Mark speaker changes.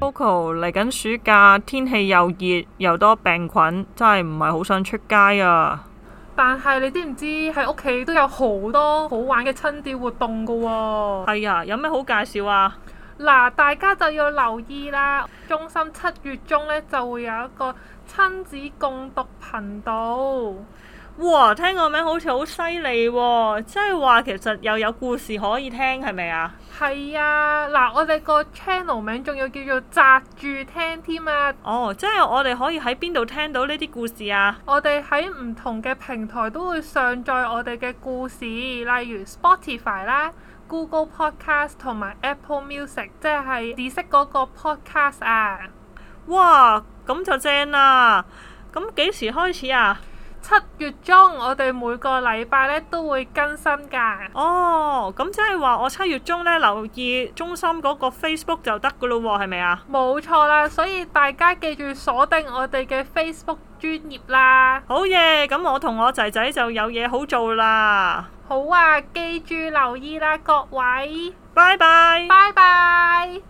Speaker 1: Coco 嚟緊暑假，天氣又熱又多病菌，真係唔係好想出街啊！
Speaker 2: 但係你知唔知喺屋企都有好多好玩嘅親子活動噶喎、
Speaker 1: 係啊，有咩好介紹啊？
Speaker 2: 嗱，大家就要留意啦。中心七月中呢就會有一個親子共讀頻道。
Speaker 1: 哇，聽個名好似好犀利喎！即係話其實又有故事可以聽，係咪啊？
Speaker 2: 係啊，嗱，我哋個 channel 名仲要叫做擲住聽添啊！
Speaker 1: 哦，即係我哋可以喺邊度聽到呢啲故事啊？
Speaker 2: 我哋喺唔同嘅平台都會上載我哋嘅故事，例如 Spotify 啦、Google Podcast 同埋 Apple Music，即係紫色嗰個 podcast 啊！
Speaker 1: 哇，咁就正啦！咁幾時開始啊？
Speaker 2: 七月中我哋每個禮拜咧都會更新㗎。
Speaker 1: 哦，咁即係話我七月中呢，留意中心嗰個 Facebook 就得噶咯喎，係咪啊？
Speaker 2: 冇錯啦，所以大家記住鎖定我哋嘅 Facebook 專頁啦。
Speaker 1: 好嘢，咁我同我仔仔就有嘢好做啦，
Speaker 2: 好啊，記住留意啦，各位，
Speaker 1: 拜拜。
Speaker 2: 拜拜。